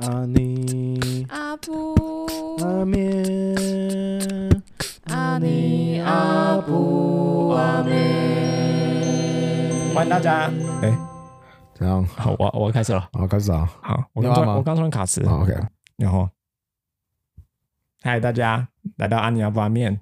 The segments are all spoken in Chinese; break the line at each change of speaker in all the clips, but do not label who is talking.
阿尼
阿布
阿面，
阿尼阿布阿妹，
欢迎大家。
怎样？
好，我我要开始了。
好，开始啊！
好，我
你
刚
要
突
按吗
然我刚突然卡词。
好，OK，
然后，嗨，大家来到阿尼阿布阿面，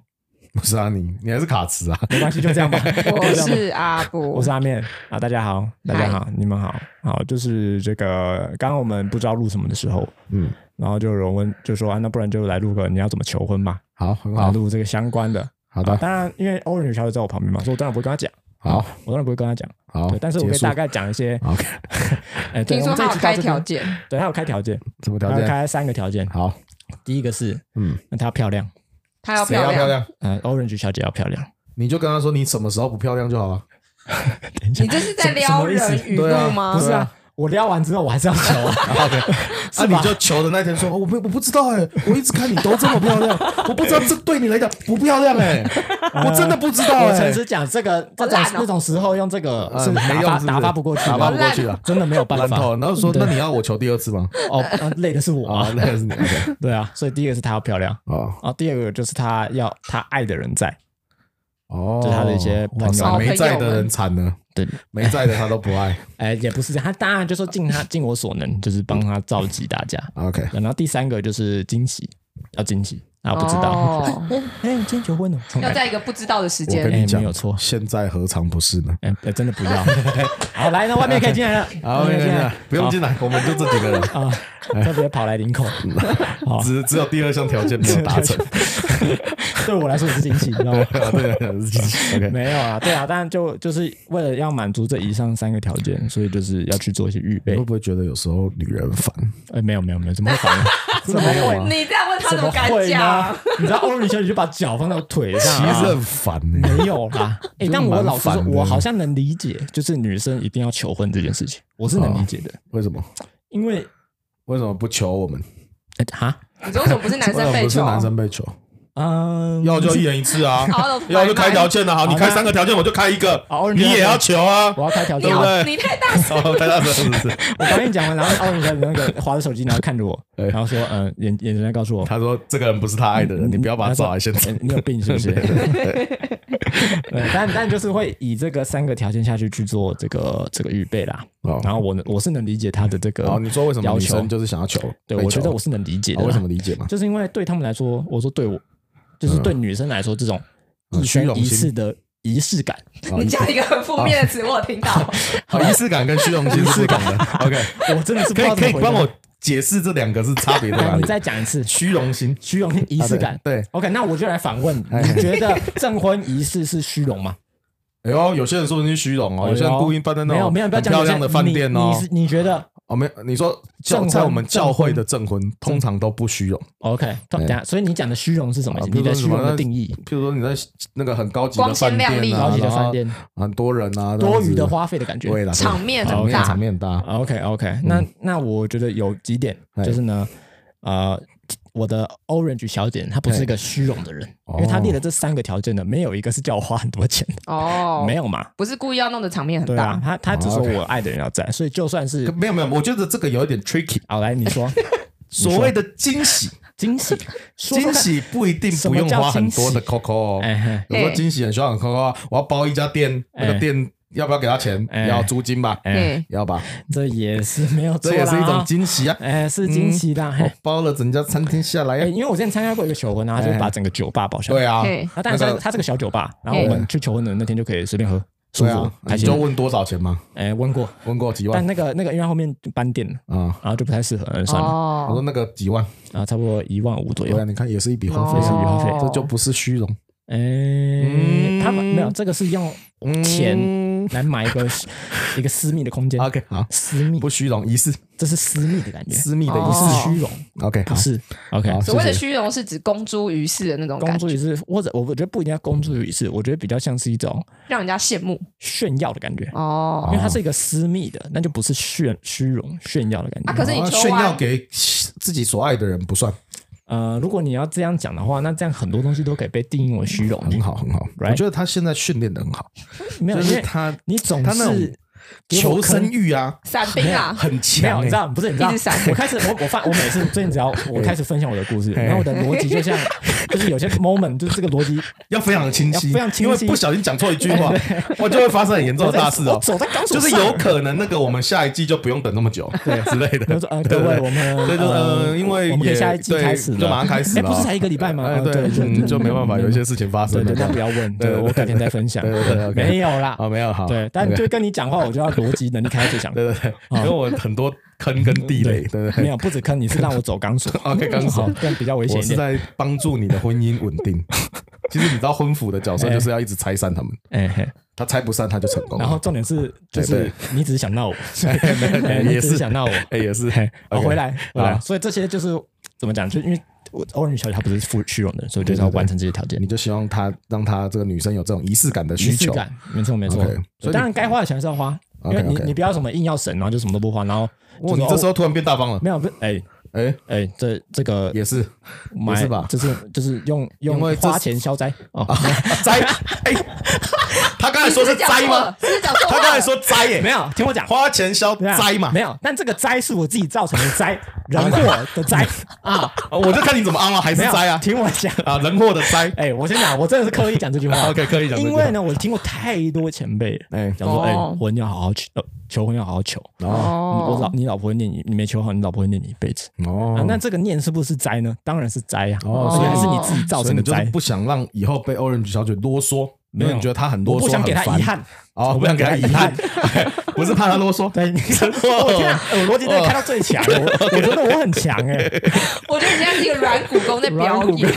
我是阿尼，你还是卡词啊？
没关系， 就这样吧。
我是阿布，
我是阿面啊，大家好，大家好，你们好，好，就是这个刚刚我们不知道录什么的时候，
嗯，
然后就有人问，就说啊，那不然就来录个你要怎么求婚吧，
好，很
啊，
好，
录这个相关的。
好
啊
的，
当然，因为欧仁女小姐在我旁边嘛，所以我当然不会跟她讲，
好，
我当然不会跟她讲。
好
对，，但是我可
结
以
束
大概讲一些，
OK，
哎，对
听说
我们这一
他
集
有
到
开
这边
条件，
对，他有开条件，
什么条
他有
件？
开三个条件。
好，
第一个是，
嗯，
那她要漂亮，
他要
谁要
漂
漂
亮，
亮？
呃，Orange 小姐要漂亮。
你就跟他说你什么时候不漂亮就好了。
等一下
你，这是在撩人语录吗
不？是
对
啊
啊，
我撩完之后我还是要求啊。
OK，啊，
是
你
吧
就求的那天说，哦我没我不知道哎，我一直看你都这么漂 亮，我不知道这对你来讲不漂亮哎，我真的不知道
我
哎
诚，实讲，这个这
好
种
烂哦
那种时候用这个
呃
是
没
打
用
发
是不是
打发不过去的，
打发不过去了，
真的没有办
烂
法。
透。然后说，
对
那你要我求第二次吗？
哦，啊累的是我啊
啊，，那也是你 OK，
对啊，所以第一个是她要漂亮，
哦
然后第二个就是她要她爱的人在，
哦，
就是他的一些朋友
哇塞
好朋友
没在的人惨了，
对，
没在的他都不 爱。
哎，也不是这样，她当然就说尽 她尽我所能，就是帮她召集大家。
啊 OK，
然后第三个就是惊喜，要惊喜啊，不知
哦
道，
道，
哎哎，今天求婚了，
哦要在一个不知道的时
我
间
跟，你
哎
讲，
没有错
现在何尝不是 呢？
哎、哎真的不要。好，来，那外面可以进来了，
好，
外
没有
面可以
没有，不用
好
进来，我们就这几个 人，
啊，特别跑来领口。 好，
只只有第二项条件没有达 成。
对我来说也是惊喜，你知道吗？
啊对 对对，OK，
没有啊，对啊，但就就是为了要满足这以上三个条件，所以就是要去做一些预
你
备
会。不会觉得有时候女人烦？
哎、没有没有没有，怎么会反 应？真的没有啊？
你这样问他怎
怎
么
么
敢
会呢
讲？？
你知道欧仁小姐就把脚放到腿
其
上、
实
啊，
很烦呢。
没有 啦。哎、
真的
但我
蛮
老实说，
烦的
我好像能理解，就是女生一定要求婚这件事情，我是
哦
能理解的，
为什么？
因为
为什么不求我们？
哎哈，
你说为什么不是男
为什
生
么
被
不是
求？
男生被求？
嗯、
要就一人一次 啊
Out of，my
要就开条件了。好，你
好
开
那
三个条件，我就开一个
好，
你也要求啊。
我要开条件
你
对不
了。
好，
对
你太大声，
哦，太大声了，是不是？
我刚跟你讲完，然后奥运小姐那个划着手机，然后看着我，
哎
然后说：“嗯、眼眼神在告诉我，
他说这个人不是他爱的人，你不要把他找来现
哎
场。
你有病是 不是？” 对，但但就是会以这个三个条件下去去做这个这个预备啦。
哦
然后我能我是能理解他的这个
哦，你说为什么
嗯要
女
求
生？就是想要求？
对，
被
我
求
觉得我是能理解的
啊
啦。
为什么理解 嘛？
就是因为对他们来说，我说对我，就是对女生来说，这种
嗯
一
虚
生
荣
一
心
世的仪式感，
你加一个很负面的词，我有听到。
好，哦仪式感跟虚荣心是不同的。OK，
我真的是不
可
知道
以可以
怎么回答
帮我解释这两个是差别在哪
哎你
里？
再讲一次，
虚荣心，
虚荣跟仪式感。
啊对对
OK，那我就来反问，
哎
你觉得证婚仪式是虚荣吗？
哎呦，有些人说不定虚荣哦，有些人故意办在那
哎没
种
有没有，
很
不要讲
漂亮的饭店哦
你。你是你觉得
哦，没有，你说教
证婚
在我们教会
证婚
的证婚通常都不虚荣，
OK？等
哎
下，所以你讲的虚荣是什么意
啊
思？
比
你
如说
的
什
虚
么
荣的定义，
譬如说你在那个很高级的
光
饭
鲜亮
店
丽
啊，
高级的饭店
然后很多人啊，这样
多
子
余的花费的感觉。
对啦，
场面
场
很
面
大
场面很大，
OK OK，那那我觉得有几点，
哎
就是呢，呃，我的 Orange 小姐她不是一个虚荣的人，
哦
因为她列的这三个条件呢，没有一个是叫我花很多钱的，
哦，
没有嘛？
不是故意要弄得场面很
对啊
大，，
她她只
哦
说
，OK
我爱的人要在，所以就算是
可没有没有，我觉得这个有一点 tricky。
好来你说
所谓的惊喜，
惊喜，说说
惊
看
喜不一定
什
不
么
用
叫
花很
惊
多的
喜
COCO 哦。
哎嘿
有时候惊喜很需要很抠抠啊，我要包一家店，
哎
那个店要不要给他钱？
哎
要租金吧？
哎，
嗯，
要吧？
这也是没有错
这
啦，
也是一种惊嗯哦喜啊！
哎，是惊喜的。嘿
我包了整家餐厅下来
哎，
啊，
因为我之前参加过一个求婚啊，他就是把整个酒吧包下来。
哎对啊，
嘿
啊，但是
那
它
个
它是个小酒吧，然后我们去求婚的那天就可以随便喝，舒
对
服
啊，
开
你
心
就。啊问多少钱嘛？
哎，问过，
问过几
但
万
那个那个因为它后面就搬店了，
啊？
然后就不太适合，嗯算了，
我说
哦，
那个几万，
然后差不多一万五左
对
右
啊，。你看也是一笔花
哦
费，
也是一笔花费
这就不是虚荣。
哎，他们没有这个是用钱
嗯
来买一 个一个私密的空间，
，OK，好，
私密
不虚荣，仪式，
这是私密的感觉，
私密的仪
不
式
是虚荣，
，OK，好
不，是 OK
好。
所谓的
谢谢
虚荣是指公诸于世的那种
公
感
诸
觉，
于世，或者我我觉得不一定要公诸于世，我觉得比较像是一种
让人家羡慕
炫耀的感觉，
哦。
因为它是一个私密的，那就不是炫虚荣炫耀的感觉。
啊可是你
啊
求完
炫耀给自己所爱的人不算，
呃，如果你要这样讲的话，那这样很多东西都可以被定义 为虚荣。
很好，很好。
Right
我觉得他现在训练的很好，
没有，
就
因
是
为
他
你总
他那种
是
求生欲啊，
伞兵啊，
很
没
强、
有，
欸。
你知道不是你知道
一直闪，
我开始我我发我每 次最近只要我开始分享我的故事，然后我的逻辑就像就是有些 moment 就是这个 逻辑，
要非常清晰，
要非常清晰
因为不小心讲错一句话，我就会发生很严重的大事哦、
我走在钢索
就
上
是有可能那个我们下一季就不用等那么久，对 之类
比
的
如说。呃各位我们
对，就
呃
呃，因为
我们可以
也
下一季
对
开始了
就马上开始
哎
了，
不是才一个礼拜吗？
哎
呃
对，嗯就没办法，有一些事情发
对
生了
对，。那不要问，对
对对
我改天再分享
对对对，，OK
没有啦，
哦，没有好，
对，但
OK
就跟你讲话，我就要逻辑能力开始讲，
对对对，因为我很多坑跟地雷，对对
没
对。
有不止坑，你是让我走钢索
OK，钢索
好这样比较危险
我
一
是
点，
在帮助你的婚姻稳 定。其实你知道婚服的角色就是要一直拆散他们，
哎嘿。
他拆不散他就成功了。
然后重点是，就
哦对
是
对
你只是想闹 我，
哎
哎你
也
只是
是
想闹我，
哎也是
嘿，我
OK，
回来，回来。
好
所以这些就是怎么讲，就因为我欧人小姐她不是虚虚荣的人，所以我就是要
对对对
完成这些条件
你。就希望他让他这个女生有这种仪式感的需
仪式
求。
感，没错没错
OK，所以。你
当然该花的钱还是要花，因为
OK，
你
OK
你不要什么硬要省，然后就什么都不花，然后
哇，
就说
你这时
哦
候突然变大方了，
没有不是哎
哎，
哎这这个
也是啊
买
是吧
就是就是用用
因为这是啊
花钱消灾哦，
灾。哎，他刚才说是灾吗？
是不是讲错
他
话
刚才
了？
说灾耶，
没有听我讲。
花钱消
对啊
灾嘛
没。有，但这个灾是我自己造成的灾，人祸 的灾啊，
我就看你怎么啊，还是
没有
灾啊
听我讲，
啊，人祸的灾。
哎、我先讲，我真的是刻意讲这句话。
OK，刻意讲这句
因
话
为呢，我听过太多前辈
哎
讲说，哎、
哦
婚要好好求，呃求婚要好好求。
哦
哦
我老你老婆会念你，你没求好，你老婆会念你一辈子、啊。
哦
那这个念是不是灾呢？当然是灾呀、啊，
哦
所以还是你自己造
所以
成的
你就是
灾。
不想让以后被 Orange 小姐啰嗦，
没
没
有
有你觉得她很
我
啰嗦，
不想给她
很烦
遗。憾。
哦，
我
不想给她遗憾， 不是怕她啰嗦，
对， 你我天、啊，我逻辑真的开到最强，我
哦
我觉得我很强哎、
我觉得你像是一个软骨功在表演，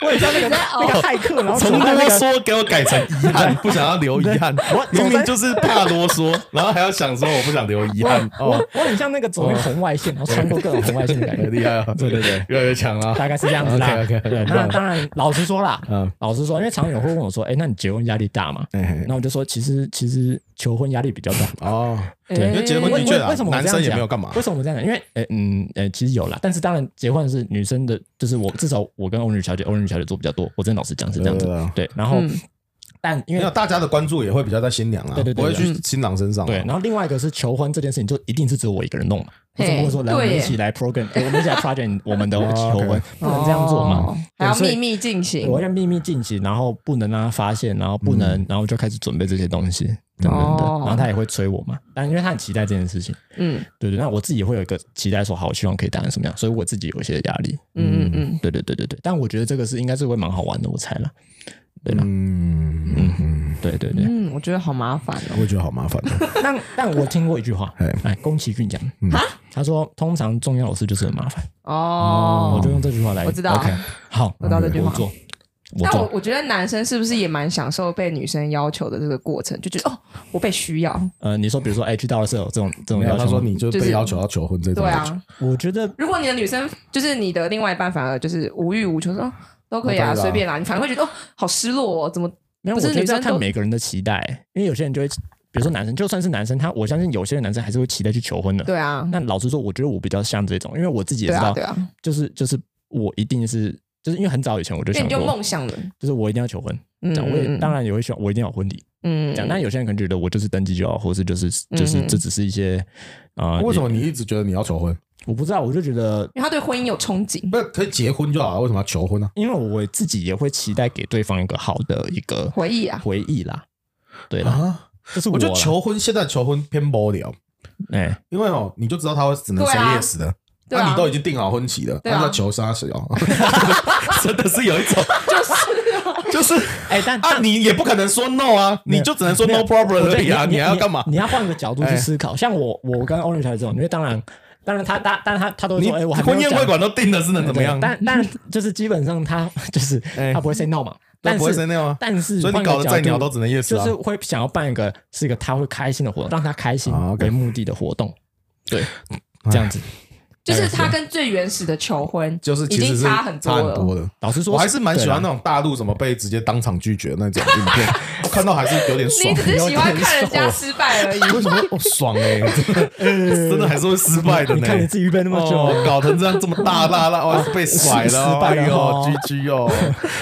我很像那个
你在
那个骇客，然后
从
走
啰
在那个
嗦给我改成遗憾，不想要留遗憾
我。
明
走在
明就是怕啰嗦，然后还要想说我不想留遗 憾。哦
我，我很像那个走那个红外线，然后穿过各种红外线的感 觉
很。厉害啊！
对对对，
越来越强了。
大概是这样子啦。
OK，OK，
对，
很
那
棒
当然，老实说啦，
嗯
老实说，因为常有会问我说，哎，那你结婚压力大吗？
哎嘿
那我就说，其实其实求婚压力比较大。
哦，
对因
为结婚
为
的确啊
哎为什么我这样
男生也
讲
没有干嘛
为什么我这样讲？因为，哎，嗯，哎，其实有啦，但是当然，结婚是女生的，就是我至少我跟欧女小姐，欧女小姐做比较多。我真的老实讲是这样子
对啊。
对，然后
嗯，
但因
因为
为
大家的关注也会比较在新娘啊，
对对
不
对
会去
嗯
新郎身上啊。
对，然后另外一个是求婚这件事情，就一定是只有我一个人弄嘛。我
嘿
怎么会说来我们
对
一
耶
起来 program，哎我们一起来 project 我们的求
哦
婚
，OK，
不能这样做嘛
哦？还要
对所以
秘密进行
我。要秘密进行，然后不能让他发现，然后不
嗯
能，然后就开始准备这些东西等等的。
哦
然后他也会催我嘛，但因为他很期待这件事情，
嗯
对对。那我自己会有一个期待说，好，我希望可以达成什么样，所以我自己有一些压力。
嗯嗯嗯，
对对对对对，但我觉得这个是应该是会蛮好玩的，我猜了。
嗯嗯嗯，
对对对，
嗯，我觉得好麻烦哦。
我也觉得好麻烦哦。
但但我听过一句话
嘿，嗯
哎，宫崎骏讲，他说通常重要的事就是很麻烦，
哦，
我就用这句话来，
我知道
OK，好，
我知道这句
我
话。
做，我
但我
做，
我觉得男生是不是也蛮享受被女生要求的这个过程，就觉得哦，我被需要。
呃，你说比如说，哎，去到了是有这种这种
没有
要
他
求
说
吗，
你就
就是
被要求要求婚这种
对
感觉，
啊，
我觉得
如果你的女生就是你的另外一半，反而就是无欲无求，说哦都可以
那
啊，
当然啦
随便啦，你反而会觉得哦，好失落哦，怎么
没有，
不是
我觉得
女
这
生
要看
都
每个人的期待，因为有些人就会，比如说男生，就算是男生，他我相信有些人男生还是会期待去求婚的。
对啊，
那老实说，我觉得我比较像这种，因为我自己也
对
知
啊，
道，
对啊，
就是就是我一定是，就是因为很早以前我就
因为
想
你就
过，
梦想了，
就是我一定要求婚。
嗯
这样我也
嗯
当然也会希望我一定要有婚礼。
嗯
这样，但有些人可能觉得我就是登记就好，或是就是就是
嗯嗯
这只是一些啊，
为什
么
么你一直觉得你要求婚？
我不知道？我就觉得。
因为他对婚姻有憧憬
不是可以结婚就好啊了，为什么要求婚呢？
因为我自己也会期待给对方一个好的一个
回忆啊，
回忆啦，对啦，
啊，
就是
我觉
啦
得求婚现在求婚偏无聊，
哎，
因为哦，你就知道他会只能
对
say
啊
yes 的。
对啊
那你都已经定好婚期了，
对啊
那叫求杀小， 真的是有一 种，就是就是
哎但
啊，你也不可能说 no 啊，
没
你
有
就只能说
没有
no problem
我觉
而
得
已啊，你还要干嘛？
你要哎换个角度去思考。像我，我跟欧丽小姐这种，因为当然，当然他，他，当然他，他都会
你
说，哎，我还没有
婚宴
讲
会馆都定了，是能怎么样？
对但但就是基本上他 就是
哎
他不会 say no 嘛，但
那不会
是
say no 啊
但是
所以你
换个
搞得再
角
鸟
度
都只能 yes
就
啊
是会想要办一个是一个他会开心的活动，让他开心
啊，OK
为目的的活动，对，这样子。
就是他跟最原始的求婚
就是
已
其实
经
是
差很多了，
多的。
老实说，
我还是蛮喜欢
对啊
那
啦。
种大陆什么被直接当场拒绝那种影片， 我看到还是有点
你
爽
只。是喜欢看人
有
家
点
失败而已。
为什 么哦爽哎、真的 真的还是会失败的呢？
欸你看你自己预备那么
哦
久，
搞成这样这么大大啦，哇，被甩
失
了，
败
哎
了
呦
哦
，GG 哦。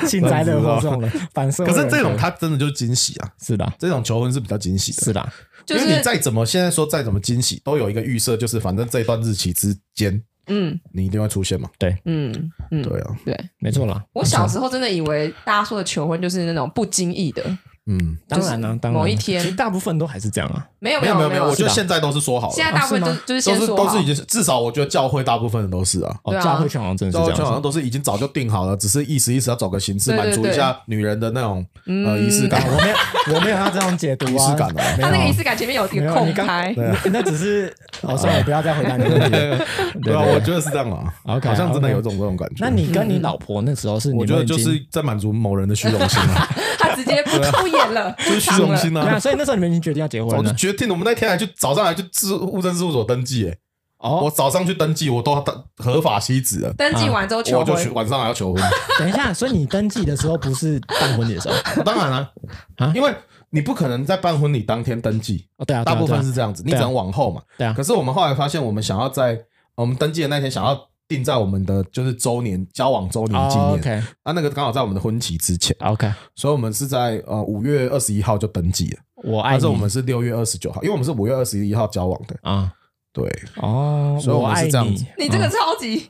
幸 灾 乐祸这种的，反射。
可是这种他真的就是惊喜啊，
是的，
这种求婚是比较惊喜的。
是的，
就
因为
是
你再怎么现在说再怎么惊喜，都有一个预设，就是反正这一段日期之间，
嗯
你一定会出现嘛。
嗯嗯，
对啊，
对。
没错啦。
我小时候真的以为大家说的求婚就是那种不经意的，
嗯，
当然啦、
就是
当然啦
某一天
其实大部分都还是这样啊。
没有
没有
有
没有
有
没有，我觉得
是的
现在都是说好了，
现在大部分
啊
都
是吗
就
都
是先
是
说
都
好
是已经，至少我觉得教会大部分人都是啊。
哦，
对啊
教会圈好像真的
教
是
会
这
圈好像
样子。
都是已经早就定好了，只是一时一时要找个形式
对对嗯
满足一下女人的那种呃仪式感
啊。我没有，我没有他这样解读啊。
仪式感啊
没有
他那个仪式感前面有一
没
个
有，啊
空
你刚
拍，
你那只是哦，算了，不要再回答你的问题了。
对啊，我觉得是这样啊。
OK，
好像真的
OK
有一种这种感觉。
那你跟你老婆那时候是你
我
们
觉得就
已经
是在满足某人的虚荣心 啊，
他直接不不演了，
就是虚荣心
对啊，
啊。
所以那时候你们已经决定要结
我
婚
就
了。
决定，我们那天还去早上还去事物证事务所登记，哎，我
哦，
早上去登记，我都合法妻子了，
登记完之后求
我就去
婚，
晚上还要 求婚。
等一下，所以你登记的时候不是办婚礼的时候？
当然了
啊，
因为你不可能在办婚礼当天登记，
哦，对啊，对
大
啊
部分是
对啊
这样子，你只能往后嘛。
对啊
可是我们后来发现，我们想要在我们登记的那天，想要定在我们的就是周年交往周年纪
哦
念，
，OK
啊，那个刚好在我们的婚期之前，
OK，
所以我们是在呃五月二十一号就登记了。
我
但
爱哎你
是我们是六月二十九号，因为我们是五月二十一号交往的，
啊，
对，
哦，
所以我们
爱
是这样子
你。
你这个超级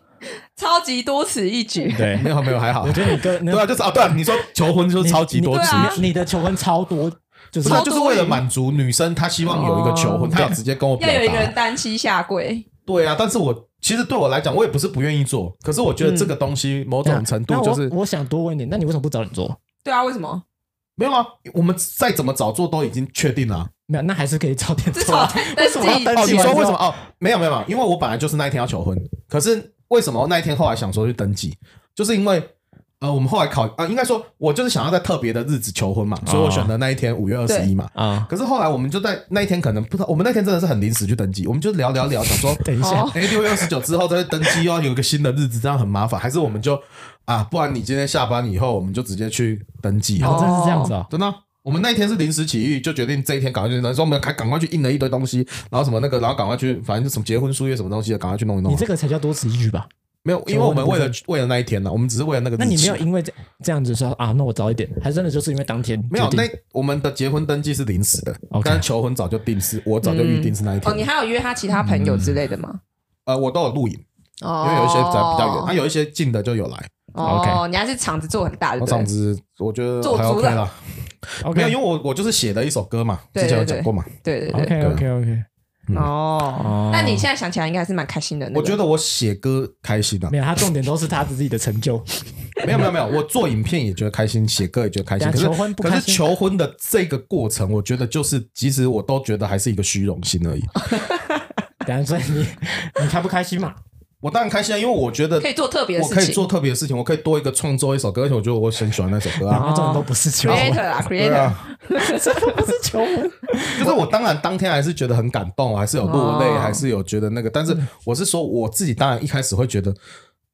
超级多此一举，
对，
没有没有还好
我，觉得你跟
对啊，就是啊，对啊，你说求婚就是超级多
你
次
对啊，
你的求婚超多，就
不
是
是，就是为了满足女生，她希望有一个求婚，
哦
她要直接跟我表
要有一个人
达，
单膝下跪，
对啊，但是我其实对我来讲，我也不是不愿意做，可是我觉得这个东西某种程度
嗯啊那
就
我
是
我想多问一点，那你为什么不早点做？
对啊，为什么？
没有啊，我们再怎么早做都已经确定了啊。
没有，那还是可以早点
至
做
少
啊。
在
为什
登
么要
记
登
哦，
记
你
完
说为
之
什
后
么？哦，没有没有，没有，因为我本来就是那一天要求婚，可是为什么那一天后来想说去登记，就是因为呃，我们后来考啊、呃应该说我就是想要在特别的日子求婚嘛，所以我选的那一天五月二十一嘛。
啊？
可是后来我们就在那一天，可能不知道，我们那天真的是很临时去登记，我们就聊聊聊，想说
等一下
哦，
哎，六月二十九之后再登记，又要有一个新的日子，这样很麻烦，还是我们就啊，不然你今天下班以后，我们就直接去登记好了
哦，真的是这样子啊？
真的啊、我们那一天是临时起意，就决定这一天赶快去，说我们赶赶快去印了一堆东西，然后什么那个，然后赶快去，反正就什么结婚书页什么东西的，赶快去弄一弄
你。这个才叫多此一举吧？
没有，因为我们为了为了那一天啊呢、我们只是为了那个日期。
那你没有因为这这样子说啊？那我早一点，还真的就是因为当天
没有
决定
那我们的结婚登记是临时的，
OK 嗯
但是求婚早就定是，我早就预定是那一天。
哦，你还有约他其他朋友之类的吗？
呃，我都有录影，嗯因
哦，
为有一些比较比较远，他、有一些近的就有来。
哦，你还是场子做很大的，
我这样子我觉得
做
还
足
OK
了
啦，没有，因为我我就是写了一首歌嘛，
对
之前有
对对
讲过嘛。
对对对，
OK OK OK，
哦
哦，
那你现在想起来应该还是蛮开心的，
嗯我觉得我写歌开心啊
没，有，他重点都是他自己的成就。
没有没有没有，我做影片也觉得开心，写歌也觉得开心。
对啊
可是
求婚不开心
可是求婚的这个过程，我觉得就是，其实我都觉得还是一个虚荣心而已。
等一下，所以你 你开不开心嘛？
我当然开心啊，因为我觉得
可以做特别的
我可以
事
做
情
特别的事情，我可以多一个创作一首歌，而且我觉得我很喜欢那首歌
然
啊。
后重点都不是求婚，
，creator 啊
对
，creator，
啊，
这都不是求婚。
就是我当然当天还是觉得很感动，还是有落泪，
哦
还是有觉得那
啊
个，但是我是说我自己，当然一开始会觉得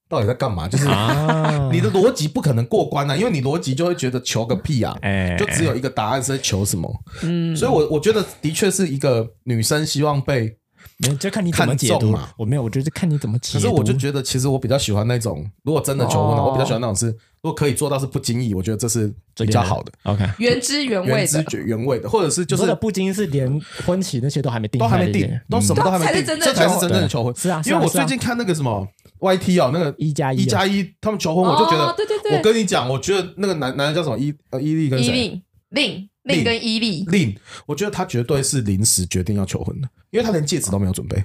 到底在干嘛，就是
啊
你的逻辑不可能过关啊，因为你逻辑就会觉得求个屁啊，
哎
就只有一个答案是在求什么。
嗯，
所以我，我觉得的确是一个女生希望被，
你就看你怎么解
看重
读
嘛。
我没有，我就是看你怎么解
可
读。
是我就觉得，其实我比较喜欢那种，如果真的求婚了，啊
哦
我比较喜欢那种是，如果可以做到是不经意，我觉得这是比较好的，
OK，
原汁原
原
味
汁
的，
原味的，或者是就
就是是不仅是连婚期那些都还没定，
都还没定，
嗯
都什么都还没
这才
定
是，真正
这
的
才是
求
真正的求婚。
是啊是啊
因为我
是啊
最近看那个什么 YT 啊，那个
一加一啊
一加一，他们求婚，我就觉
哦
得，
对对对
我跟你讲，我觉得那个男男的叫什么伊呃伊利跟
伊
谁？
令令令跟伊利，
令，我觉得他绝对是临时决定要求婚的，因为他连戒指都没有准备，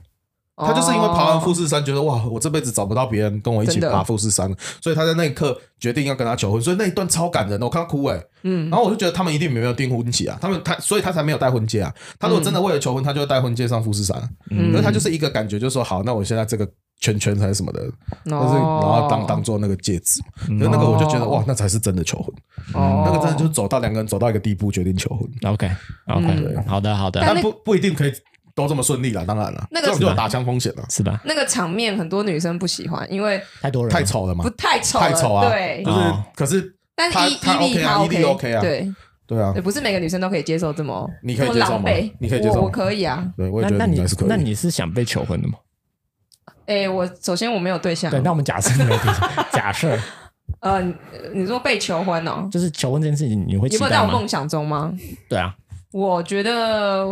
哦
他就是因为爬完富士山，觉得哇，我这辈子找不到别人跟我一起
真的
爬富士山，所以他在那一刻决定要跟他求婚，所以那一段超感人的，我看他哭哎、
嗯
然后我就觉得他们一定没有订婚期啊，他们他所以他才没有戴婚戒啊，他如果真的为了求婚，他就会戴婚戒上富士山啊，
嗯
可是他就是一个感觉，就是说好，那我现在这个。圈圈还是什么的，就是然后当当做那个戒指，可是那个我就觉得
哦
哇，那才是真的求婚，
哦
那个真的就是走到两个人走到一个地步决定求婚。
OK
嗯
OK，好的好的，
啊但不不一定可以都这么顺利啦，当然了，
那个
这种就有打枪风险了，
是吧？
那个场面很多女生不喜欢，因为
太多人了
太丑了嘛
啊不，太丑了，
太丑啊，
对
就。是
哦
可是
但
他
是伊
他
伊利
OK 啊，伊利
OK
OK 啊，
对，
对啊
对，不是每个女生都可以接受这么
你可以
这么
接受
狼
吗
狈，
你可以接受吗
我我可以啊。
对，我也
那
觉
那
得你
你
应该是可以。
那你是想被求婚的吗？
哎，我首先我没有对
嗯
象
对，，那我们假设没有对象，假设
呃，你你说被求婚哦，
就是求婚这件事情，你会期
有没有在
待
我
吗
梦？想中吗？
对啊，
我觉得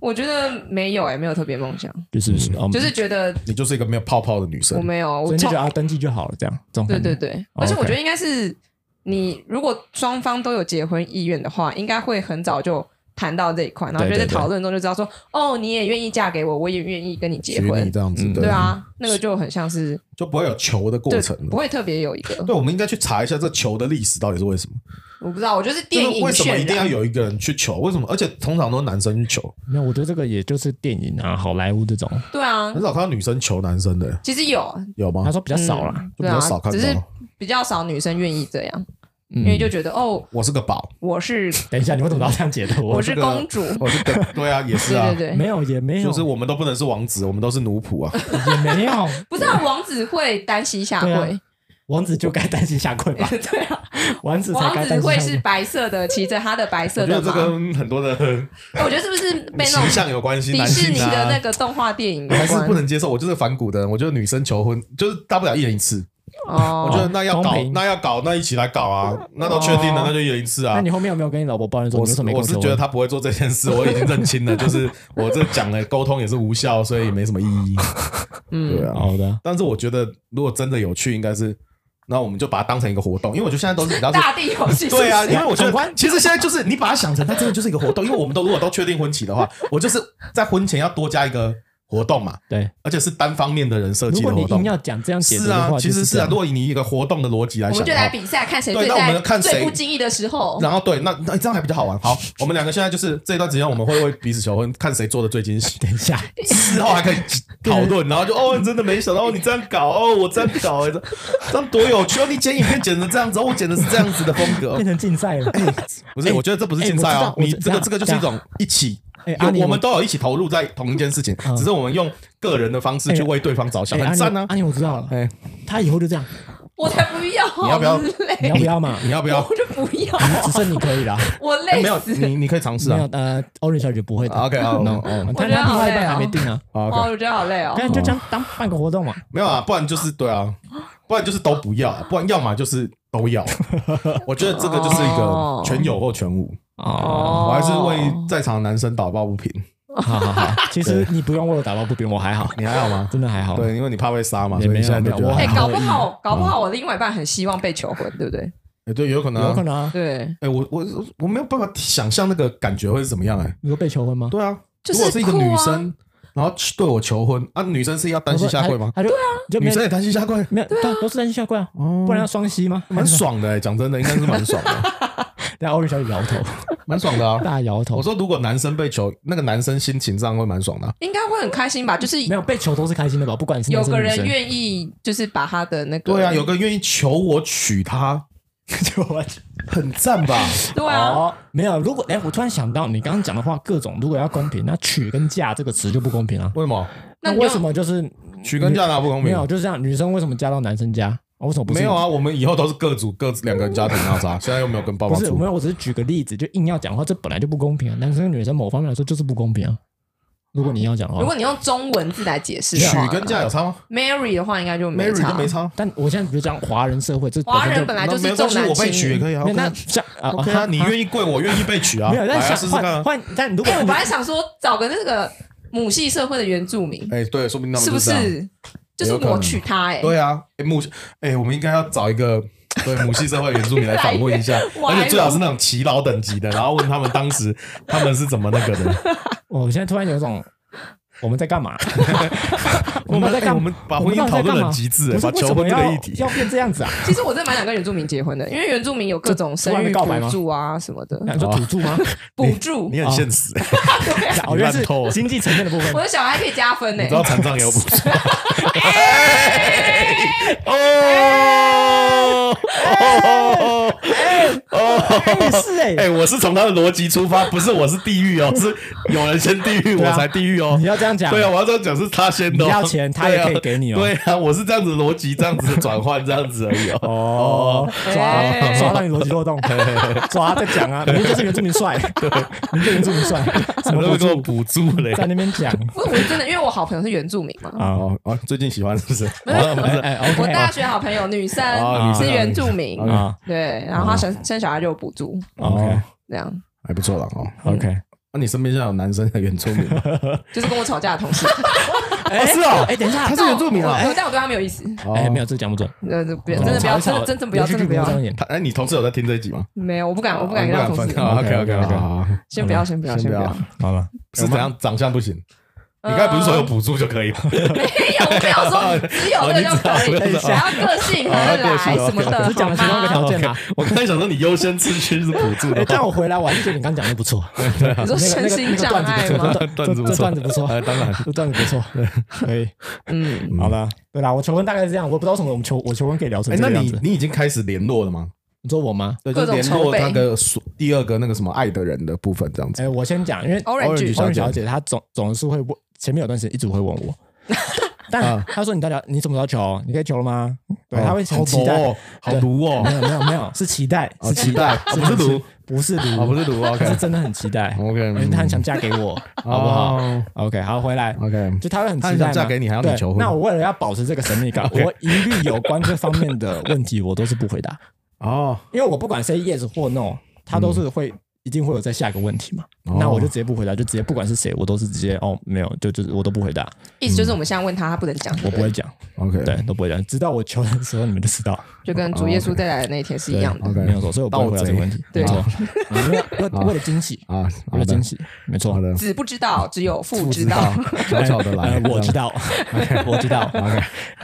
我觉得没有哎、没有特别梦想，
就是嗯
就是觉得
你就是一个没有泡泡的女
我
生，
没有，
所
我
以就
从
嗯
觉得啊，登记就好了，这样这种
对
感觉
对对，
哦
而且我
OK
觉得应该是你如果双方都有结婚意愿的话，应该会很早就谈到这一块，然后
对
就在
对对
讨论中就知道说，哦，你也愿意嫁给我，我也愿意跟你结
娶你
婚，
这样子
嗯
的，
对啊，那个就很像是
就不会有求的过
对
程，
不会特别有一个，
对，我们应该去查一下这球的历史到底是为什么？
我不知道，我就是
就
电
是
影
为什么
渲
一定要
染，
有一个人去球？为什么？而且通常都是男生去球，
没有，我觉得这个也就是电影啊、好莱坞这种，
对啊
很，少看到女生求男生的，
其实有，
有吗
他？说比较少啦，
嗯
就
对
比较
啊
少，看
只是
到
比较少女生愿意这样，
因
嗯
因为就觉得哦，
我是个宝，
我是
等一下，你为什么要这样解读
我
我？
是
这个
公主，
我是个对啊，也 是啊
对，对对。
没有，也没有，
就是我们都不能是王子，我们都是奴仆啊。
也没有，
不是啊，王子会单膝下
对啊
跪，
王子就该担心下跪吧？
对啊，
王子才
王
该
子
担
会
心
是
下
白色的，骑着他的白
我
色
觉
的
得这
马。
跟很 多的
我觉得是不是被那
形
种
象有关系，
迪
男
士尼
性
的那
啊。
个动画电影有
我还是不
关？
能接受，我就是反骨的人。我觉得女生求婚就是大不了一人一次，我觉
哦，
得那要
公
搞
平
那要搞那一起来搞啊，那都确定了
哦
那就一人一次
跪。
啊
那。你后面有没有跟你老婆抱怨说
我
你为
是
什么没跟
我是
求
觉得
婚？
他不会做这件事， 我已经认清了，就是我这讲了沟通也是无效，所以也没什么意 义。对
嗯，
啊，
好的，
但是我觉得如果真的有趣，应该是那我们就把它当成一个活动，因为我觉得现在都是比较是。
大地游戏是不是
对啊，因为我觉
闯
得
关
其实现在就是你把它想成，它真的就是一个活动。因为我们都如果都确定婚期的话，我就是在婚前要多加一个活动嘛，
对。
而且是单方面的人设
如
计的
果你
活
硬
动。
要讲这样解读
是
的
啊
话，，
其实
就是
是
这
啊。
样
如果以你一个活动的逻辑来
我
想
们就
的
来
话，
比赛，看谁
哦对
最
那我们
在
看谁
最不经意的时候。
然后对，那那这样还比较好玩。好，我们两个现在就是这段时间，我们会为彼此求婚，看谁做的最惊喜。
等一下，
事后还可以讨论，然后就哦，你真的没想到哦，你这样搞哦，我这样搞，哎这这样多有趣哦！你剪影片剪成这样子，哦我剪的是这样子的风格
变，成竞赛了。
不是？我觉得这不是竞赛哦，
哎哎我
你
知道我知
这个这个
道
就是一种一起。
哎，
有
阿尼，
我们都有一起投入在同一件事情，
嗯
只是我们用个人的方式去为对方着想，
哎，阿
很赞啊
尼，！阿尼，我知道了
哎。
他以后 就这样，
我才不要，
你要不要
我累
你要不要嘛？
你要不要？
我就不要，
只剩你可 以啦。
我
哎
累
没有，
死。
你你可以尝试
没有
啊。，
呃，Orange 小姐不会的。
啊 OK，好
，no，
嗯
我
但他
觉得
另
好
外一
累
半
哦
还没定啊。
好
哦，
，OK，
我觉得好累哦。
但哎就当当办个活动嘛，
没有啊，不然就是对啊，不然就是都不要啊，不然要么就是都要。啊 我觉得这个就是一个
哦
全有或全无。
哦
我还是为在场的男生打抱不平。
好好好，其实你不用为我打抱不平，我还好，
你还好吗？
真的还好。
对，因为你怕被杀嘛，
哦也
所以
没
你
有
现在就觉
没有
得
我
哎
还好
还
搞不好，搞不好我另外一半很希望被求婚，对不对？
哎对，有可能啊，
有可能啊。
对，
哎，我我我没有办法想象那个感觉会是怎么样哎。
你说被求婚吗？
对啊，
就
如
是
果是一个
哭啊
女生，然后去对我求婚啊，女生是要单膝下跪吗？
他就对啊，就
女
没
生也单膝下跪，
没有，对啊，都是单膝下跪啊，不然要双膝吗？
哦蛮 爽的哎，讲真的，应该是蛮爽的，
但 Orange 小姐摇头，
蛮爽的啊。
大摇头。
我说，如果男生被求，那个男生心情上会蛮爽的啊。
应该会很开心吧？就是
没有被求都是开心的吧？不管是
有
男生
个
女
人
生，
愿意，就是把他的那个
对啊，有个愿意求我娶她，
就我
很赞吧？
对啊，
哦，没有。如果哎，我突然想到，你刚刚讲的话，各种如果要公平，那娶跟嫁这个词就不公平啊。
为什么
那你就
为什么就是
娶跟嫁啊哪不公
没
平？
有就是这样？女生为什么嫁到男生家？哦为什么不是
没有？啊，我们以后都是各组各自两个人家庭闹啥，现在又没有跟爸
不
爸
是，
住
没。有，我只是举个例子，就硬要讲的话，这本来就不公平啊。男生跟女生某方面来说就是不公平啊。如果你要讲的
如
话，
果你用中文字来解释的
娶
话，
跟嫁有差吗
Mary 的话，应该就没
啊？Mary
差。
就没差，
但我现在比如讲华人社会，这
华人本
本
来就
那没关
是重
系，
男
我被
轻
娶也
女。
可以啊。
身就
OK
那
啊
那像啊
OK 啊，你愿意跪，我愿意被娶啊。
没有，
来
但
啊
想
试试看
换
啊。
换，但如果
哎，我本来想说找个那个母系社会的原住 民，
哎，对，说不定他们
是不
就这样？
是？就是
有可能
我娶她，哎，
对啊，哎母哎，我们应该要找一个对母系社会原住民来访问 一下，
越歪
而且最好是那种耆老等级的，然后问他们当时他们是怎么那个 的。
我现在突然有一种我们在 干嘛？
我
们
们
在
哎
干
我们把婚姻讨论得很极致，哎
不是
把
为什
求
么
婚这
要
个议题。
要变这样子啊？
其实我真的蛮想跟原住民结婚的，因为原住民有各种生
突然
育
被告白吗
补助啊什么的
你
哦
说土著 吗？
补助
你。很现实，
对啊
哦，原来是
烂透了
经济层面的部分
我。的小孩可以加分呢哎
你知。道残障也有补助 吗。哎
哎
哦哦
哎，是
哎、
哎，
我是从他的逻辑出发，不是我是地狱哦，是有人先地狱，
对啊
我才地狱哦
你。要这样讲，
对啊，我要这样讲是他先的、哦，
你要钱他也可以给你哦
对啊，对啊我是这样子逻辑，这样子的转换，这样子而已哦。
哦，抓
哎
抓到你逻辑漏洞，抓再讲啊！你就是原住民帅，你就是原住民帅， 什
我都
么哎都
会给
做
我，补助嘞。
在那边讲
不是，我是真的，因为我好朋友是原住民嘛。
啊。
哦哦，最近喜欢是 不是？哦不
哎
是，
哎
我
，OK
大学好朋友女生
哦女生哦
是原住民，
OK
啊
对，然后她生生小孩就有补助，
哦
，OK
这样
还不错了哦。
OK，
那、你身边现在有男生原住民 吗？
就是跟我吵架 的同事。哦
哎
是哦
哎，等一下
他，是原住民 啊？
但我对他没有意思。
哎，
有，
没有，这讲不准，
呃，不要，真的不要，真的真的不要，真的不要。
他哎，你同事有在听这一集吗？
没有，我不敢，我不
哦
敢
你
跟他
敢哦
同
分
事。
OK OK
OK，OK，OK
OK，好，
先不要，先不要，先不要。呃
好了，
是怎样长相不行？你刚才不是说有补助就可以吗？
没有，呃我没有说只有这个就可
哦你
以，
知道
还要个性
哦
合得来什么的，
只讲了其中一个
好
条
吗？
件嘛。
我刚才想说你优先次序是补助
哎
的，，
但我回来我还是觉得你刚讲的不 错，
你说身心障碍吗？
这这段子不错，
哎当然
这段子不错，可以。
嗯，
好了，对啦，我求婚大概是这样，我不知道为什么我们求我求婚可以聊成
哎，
这
那
个样
你
子。
你已经开始联络了吗？
你说我吗？
对，就
各
是
种
联
筹
络
备
那个所第二个那个什么爱的人的部分，这样子。
哎，我先讲，因为
Orange
小
小姐
姐
小姐她总总是会问，前面有段时间一直会问我， 但她说你到底要你什么时候求？你可以求了吗？对，
啊哦
她会很
好
期
毒
待
哦，，好毒哦
没，有没有没有，是期待，
好期 待，不是毒，
不是
哦，不
毒，
是毒
她是
，OK
真的很期待，
OK，嗯哦
因为她很想嫁给 我， 好不好？OK，好，回来。
？OK，
就她会很期
她很
待
想
嘛
嫁给你还要你
对
求婚
那我为了要保持这个神 秘感，我一律有关这方面的问题，我都是不回答，
哦，
因为我不管 say yes 或 no，她都是会一定会有在下一个问题嘛。
嗯哦
那我就直接不回答，就直接不管是谁，我都是直接哦，没有，就就是我都不回答，
意思就是我们现在问他，他不能讲，
我不会讲，
OK，
对，都不会讲，直到我求人的时候你们就知道，
就
哦
跟主耶稣再来的那一天是一样的。
OK
没有错，所以我不会回答这个问题，
对
没 错，嗯为了为了惊喜，
啊，
为
好
了惊
的，
喜，没错
好，的，
子不知道，只有父知道
好。悄悄的来
呃，我知道， 我知道，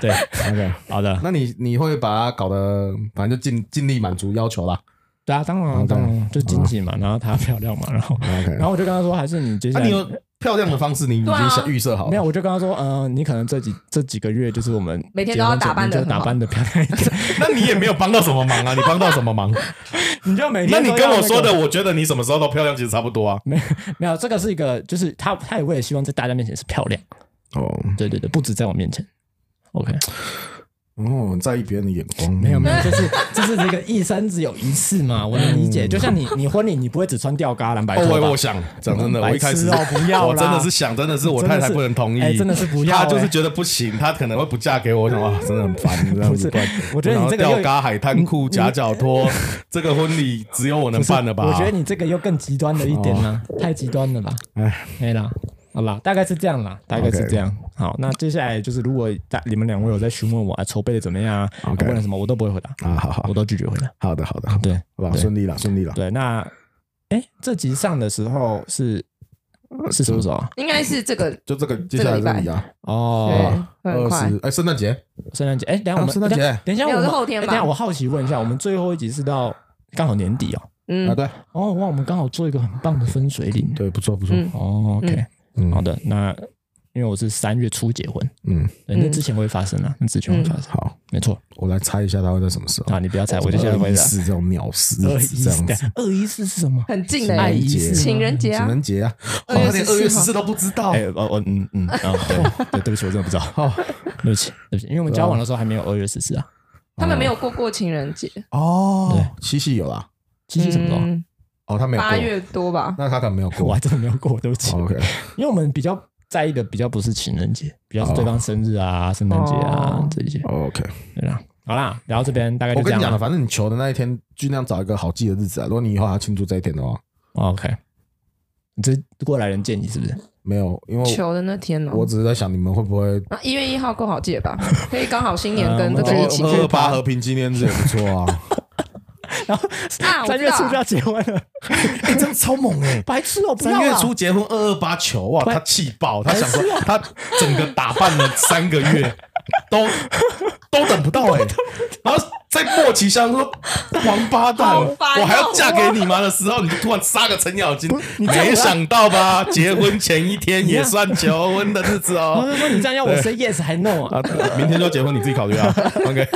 对，
OK，
好的，
那你你会把它搞得，反正就尽尽力满足要求啦。
对啊，当然啊
OK
当然啊，就惊喜嘛，然后她漂亮嘛，然后
OK，
然后我就跟她说，还是你接下
那
来
啊你有漂亮的方式，你已
对啊
经想预设好了
没有，？我就跟她说，呃，你可能这几这几个月就是我 们
每天都要
结
打
婚前
扮
你就
得很
打
好
扮的漂亮一 点，
那你也没有帮到什么忙啊，你帮到什么忙？
你就 每
那
天
你
都
跟
要
我
那
说
个
的，我觉得你什么时候都漂亮，其实差不多啊。
没有没有，这个是一个，就是他他也为了希望在大家面前是漂亮，
哦
对对对，不止在我面前。OK，嗯
哦，在意别人的眼光，
没有没有，就是就是这个一生只有一次嘛，我能理解。就像你你婚礼，你不会只穿吊嘎蓝白
哦，
拖吧
我我？想讲真的，
白
我一开
痴
始
哦不要 啦
我真的是想，真的是我
真的
太
是
太不能同
哎
意，
真 的是不要
她就是
哎
觉得不行，她可能会不嫁给我，我想 哇，真的很烦，这样
不是
子。不然
我觉得你这个
然后
又
吊嘎海滩裤夹脚拖， 这个婚礼只有我能办了吧？哦
我觉得你这个又更极端了一点啦，太极端了吧？
哎，
可以啦，好啦，大概是这样啦，大概是这样。好，那接下来就是如果大你们两位有在询问我啊，筹备的怎么样啊，啊
OK
问了什么我都不会回答，
啊，好好
我都拒绝回答。
好的好的，好
对
吧，
对
顺利了顺利了。
对，那哎，这集上的时候是是什么时候啊？
应该是这个
就这个接下来这里啊，
哦，
对，会很
二
快。
十哎，圣诞节
圣诞节，哎，等一下我们
啊圣诞节
等一下等一下我们
没有是后天
哎
吧
等一下我好奇问一下，我们最后一集是到刚好年底哦。
啊，
嗯，
对
哦，哇，我们刚好做一个很棒的分水岭。
对，不错不错，
嗯
哦，OK，
嗯
好的，那因为我是三月初结婚，
嗯，
对，那之前会发生啊，那之前会发生，
好，
没错。
我来猜一下他会在什么时候。
啊，你不要猜，我就现在回答。
是这种鸟事，
二一
这
四
样子。，
二一四是什么？
很近
爱
的
一
情人
四，
节
情人节
情
啊，
人节啊，
2
哇
月
他连二月
14
十四都不知道
哎，哦哦，嗯嗯啊，对 对，对不起，我真的不知道，
哦
对不起，对不起，因为我们交往的时候还没有二月十四啊。
他们没有过过情人节，
哦，
对
七夕有啦，
七夕什么时候？
嗯
哦，他没有过
八，月多吧？
那他可能没有
我
过哦
还。真的没有过，对不起。
OK，
因为我们比较在意的比较不是情人节，比较是对方生日啊、圣诞节啊
哦
这一些，
OK，
对啦。好啦，聊到这边大概就
我
这
跟
样
你讲了，
了。
反正你求的那一天，尽量找一个好记的日子啊。如果你以后还要庆祝这一天的话，
哦 OK，你这过来人建议是不是？
没有，因为
求的那天哦，
我只是在想你们会不会
啊，一月一号够好记了 吧？可以刚好新
啊
年跟这
对
个一
我
起
们
二
过
二八和平纪念日也不错啊。
啊，我
三
知
月
道
初就
啊，
要结婚了，
哎，真的超猛哎！
白痴哦！不
三
要啦
月初结婚，二二八求啊，
白
他气爆，他
啊
想说他整个打扮了三个月， 都都等不到哎、然后在末期相说王八蛋，
好烦哦
我还要嫁给你吗的时候，你就突然杀个程咬金，
你这样我要
没想到 吧？结婚前一天也算求婚的日子
我
哦。
就说你这样要我 say yes 还 no 啊？
啊，明天就结婚，你自己考 虑啊。OK，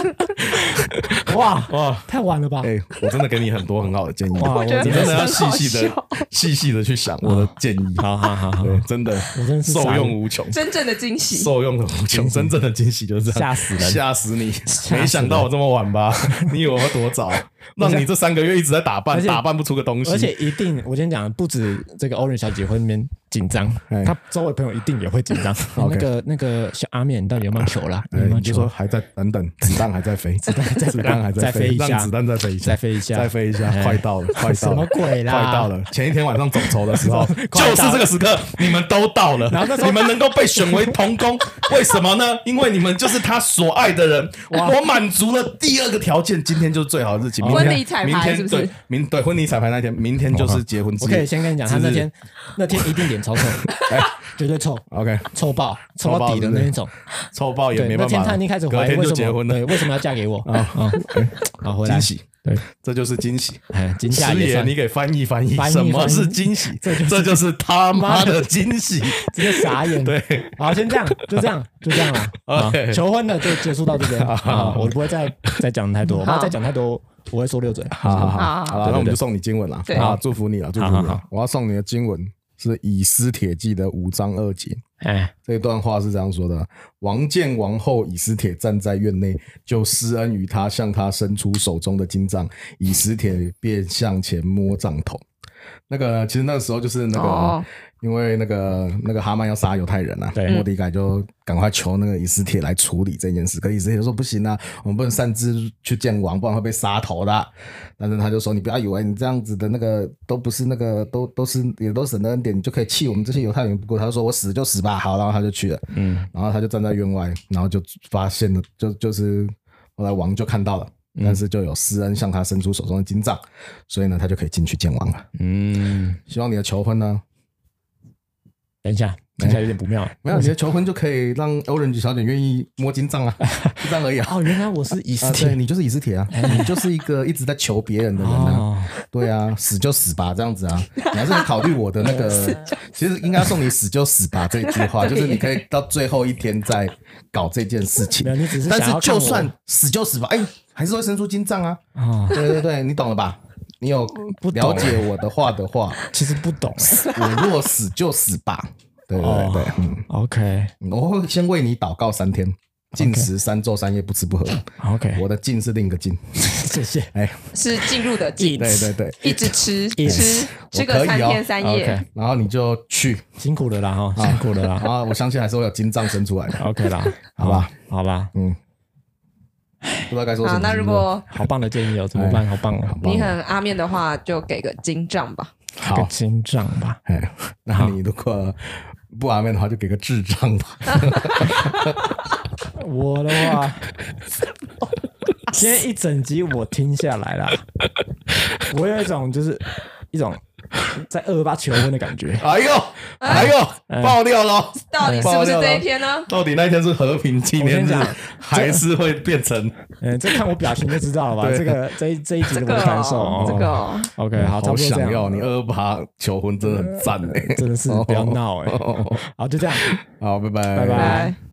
哇
啊哇，
太晚了吧
哎、？我真的给你很多很好的建议，啊
哇我觉得
你真的要细细
真
的
的好、
细细的去想我的建议。
好好好好，
对，真的，
我真的是
受
傻眼
用无穷，
真正的惊喜。
受用的无穷，真正的惊喜就是这样，
吓死人
吓死你！没想到我这么晚吧？你以为我多早？让你这三个月一直在打
而
扮，
且
打扮不出个东西。
而且一定，我先讲，不止这个 Orange 小姐会那边紧张
哎，
她周围朋友一定也会紧张。那
OK
个那个小阿面，你到底有没有球啦？有
哎，
没有
你就说
球？
还在等等，子弹还在 飞，子弹
在
子弹还在
再飞一下
让子弹再飞一下，
再飞一下
再飞一下，
哎
快到了，快到
什
了，
么鬼 啦
快到 了！前一天晚上总筹的时候， 就是这个时刻，你们都到了，然后你们能够被选为童 工，为什么呢？因为你们就是他所爱的人。我满足了第二个条件，今天就是最好的日期。明天
婚礼彩排
明天
是不是
对，明对婚礼彩排那天，明天
哦
就是结婚之
我
日。
可以先跟你讲，
之
她
日
那天那天一定 脸超臭，哎，绝对臭，
OK
臭爆，
臭
臭
爆
到底的
是不是
那一种。
臭爆也
对，
没
那
办
天
法
她
了
已经开始，
隔
怀疑
天
为
就
什
结
么
婚了嗯
对，为什么要嫁给我啊？啊，好回来
惊，喜。
对，
这就是惊喜。
哎，惊吓
师
也
爷，
算
你，给翻译翻译，
翻译
什么
翻译
是惊喜？这就是他妈的惊喜。
直接傻眼。
对，
好，先这样，就这样，就这样了。啊
OK
求婚的就结束到这边啊，我不会再再讲太多，我要再讲太多，我会说六嘴。
好好好，
好
好了，那我们就送你经文了
对
啊！祝福你了，祝福你
好好
了！我要送你的经文是《以斯帖记》的五章二节。
哎，
这段话是这样说的：王见王后以斯帖站在院内，就施恩于她，向她伸出手中的金杖，以斯帖便向前摸杖头。那个其实那个时候就是那个，
哦
因为那个那个哈曼要杀犹太人啊，
对
莫迪改就赶快求那个以斯帖来处理这件事。可以斯帖就说不行啊，我们不能擅自去见王，不然会被杀头的啊、但是他就说你不要以为你这样子的那个都不是那个都都是也都是神的恩典，你就可以气我们这些犹太人。不过他就说我死就死吧，好，然后他就去了，嗯，然后他就站在院外，然后就发现了，就就是后来王就看到了。但是就有施恩向他伸出手中的金杖，所以呢，他就可以进去见王了。啊
嗯，
希望你的求婚呢，
等一下，等一下有点不妙。
没有，你的求婚就可以让 Orange 小姐愿意摸金 杖啊，就这样而已啊。
哦，原来我是以斯
啊，对
帖。
你就是以斯 帖啊，你就是一个一直在求别人的人啊。
哦，
对啊，死就死吧，这样子啊。你还是很考虑我的那个，其实应该送你死就死吧这句话，就是你可以到最后一天再搞这件事情
没有，。你只是
但
想要
是就
看我
算死就死吧，哎，还是会伸出金杖啊。
哦，
对对对，你懂了吧？你有
不懂
了解我的话的话，
其实不懂哎。
我若死就死吧。对对
哦
对，嗯。
OK
我会先为你祷告三天，禁食三昼三夜，不吃不喝。
OK，
我的禁是另一个禁，
谢谢。
哎，
是进入的进，
对对对，
一直吃
一直
吃
我
吃
可
个
以
三
哦
天三夜啊
OK，
然后你就去，
辛苦了啦哈，辛苦了
然
啦。
后我相信还是会有金杖生出来的，
OK 啦，
好吧，
好吧，
嗯，不知道该说什么。
好，那如果
好棒的建议哦，怎么
哎
办？好棒哦，
你很阿面的话，就给个金杖吧。
好
个，金杖吧。
哎，那你如果不完美的话，就给个智障吧。
我的话，今天一整集我听下来 啦，我有一种就是一种在二八求婚的 感觉。
哎呦，哎呦，爆料了！
到底是不是这一天呢？
到底那一天是和平纪念
我
日
先讲，
还是会变成
嗯，这看我表情就知道了吧？
对
这个这一这一集
这
的我
个
的感受
哦
哦，
这个哦
OK 好，差不多这
想
样。
要你二八求婚，真的很赞哎！
真的是不要闹哎、
哦
好，就这样。
好，拜拜，
拜拜
来。